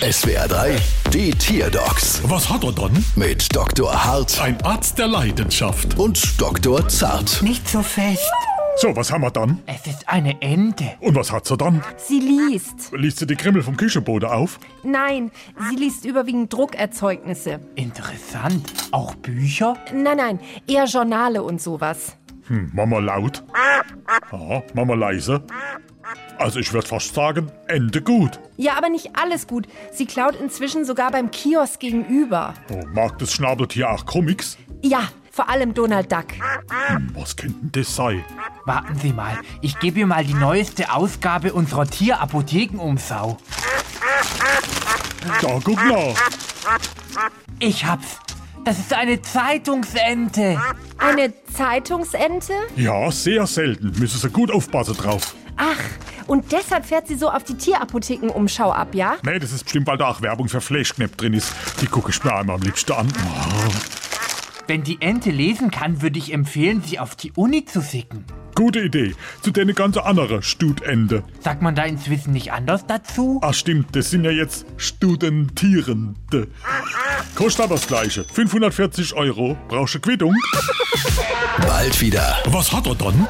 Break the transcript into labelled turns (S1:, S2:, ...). S1: SWR 3, die Tierdocs
S2: Was hat er dann?
S1: mit Dr. Hart
S2: Ein Arzt der Leidenschaft.
S1: und Dr. Zart.
S3: Nicht so fest.
S2: So, was haben wir dann?
S3: Es ist eine Ente.
S2: Und was hat sie dann?
S4: Sie liest.
S2: Liest sie die Krimmel vom Küchenboden auf?
S4: Nein, sie liest überwiegend Druckerzeugnisse.
S3: Interessant. Auch Bücher?
S4: Nein, nein, eher Journale und sowas.
S2: Hm, Mama laut. Ja, Mama leise. Also ich würde fast sagen, Ende gut.
S4: Ja, aber nicht alles gut. Sie klaut inzwischen sogar beim Kiosk gegenüber.
S2: Oh, mag das Schnabeltier auch Comics?
S4: Ja, vor allem Donald Duck.
S2: Hm, was könnte denn das sein?
S3: Warten Sie mal. Ich gebe ihr mal die neueste Ausgabe unserer Tierapothekenumsau.
S2: Da guck nach.
S3: Ich hab's. Das ist eine Zeitungsente.
S4: Eine Zeitungsente?
S2: Ja, sehr selten. Müssen sie gut aufpassen drauf.
S4: Ach, und deshalb fährt sie so auf die Tierapothekenumschau ab, ja?
S2: Nee, das ist bestimmt, weil da auch Werbung für Fleischknepp drin ist. Die gucke ich mir einmal am liebsten an. Oh,
S3: Wenn die Ente lesen kann, würde ich empfehlen, sie auf die Uni zu schicken.
S2: gute Idee. Zu denen ganz anderen Studende.
S3: Sagt man da inzwischen nicht anders dazu?
S2: Ah, stimmt, das sind ja jetzt Studentierende. Kostet aber das Gleiche. 540 Euro. Brauchst du Quittung?
S1: Bald wieder.
S2: Was hat er dann?